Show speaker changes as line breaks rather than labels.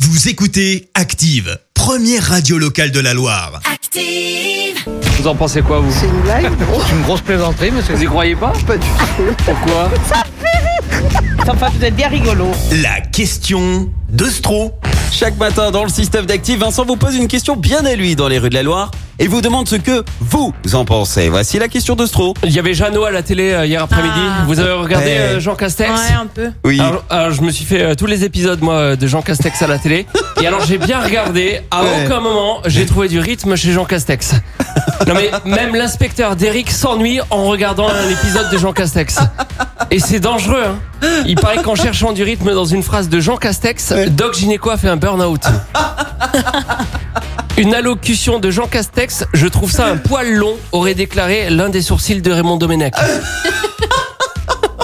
Vous écoutez Active, première radio locale de la Loire.
Active.
Vous en pensez quoi, vous
C'est une blague
C'est une grosse plaisanterie, monsieur. Vous y croyez pas
Pas du tout.
Pourquoi
Enfin, vous êtes bien rigolo.
La question de Stro.
Chaque matin dans le système d'actifs, Vincent vous pose une question bien à lui dans les rues de la Loire et vous demande ce que vous en pensez. Voici la question de Stro.
Il y avait Jeannot à la télé euh, hier après-midi.
Ah.
Vous avez regardé
Ouais.
euh, Jean Castex
Ouais, un peu.
Oui.
alors, alors, je me suis fait euh, tous les épisodes moi euh, de Jean Castex à la télé et alors j'ai bien regardé à
Ouais.
aucun moment j'ai trouvé du rythme chez Jean Castex. Non mais même l'inspecteur d'Eric s'ennuie en regardant un épisode de Jean Castex. Et c'est dangereux hein. Il paraît qu'en cherchant du rythme dans une phrase de Jean Castex, Doc Gynéco a fait un burn-out. Une allocution de Jean Castex, je trouve ça un poil long, aurait déclaré l'un des sourcils de Raymond Domenech.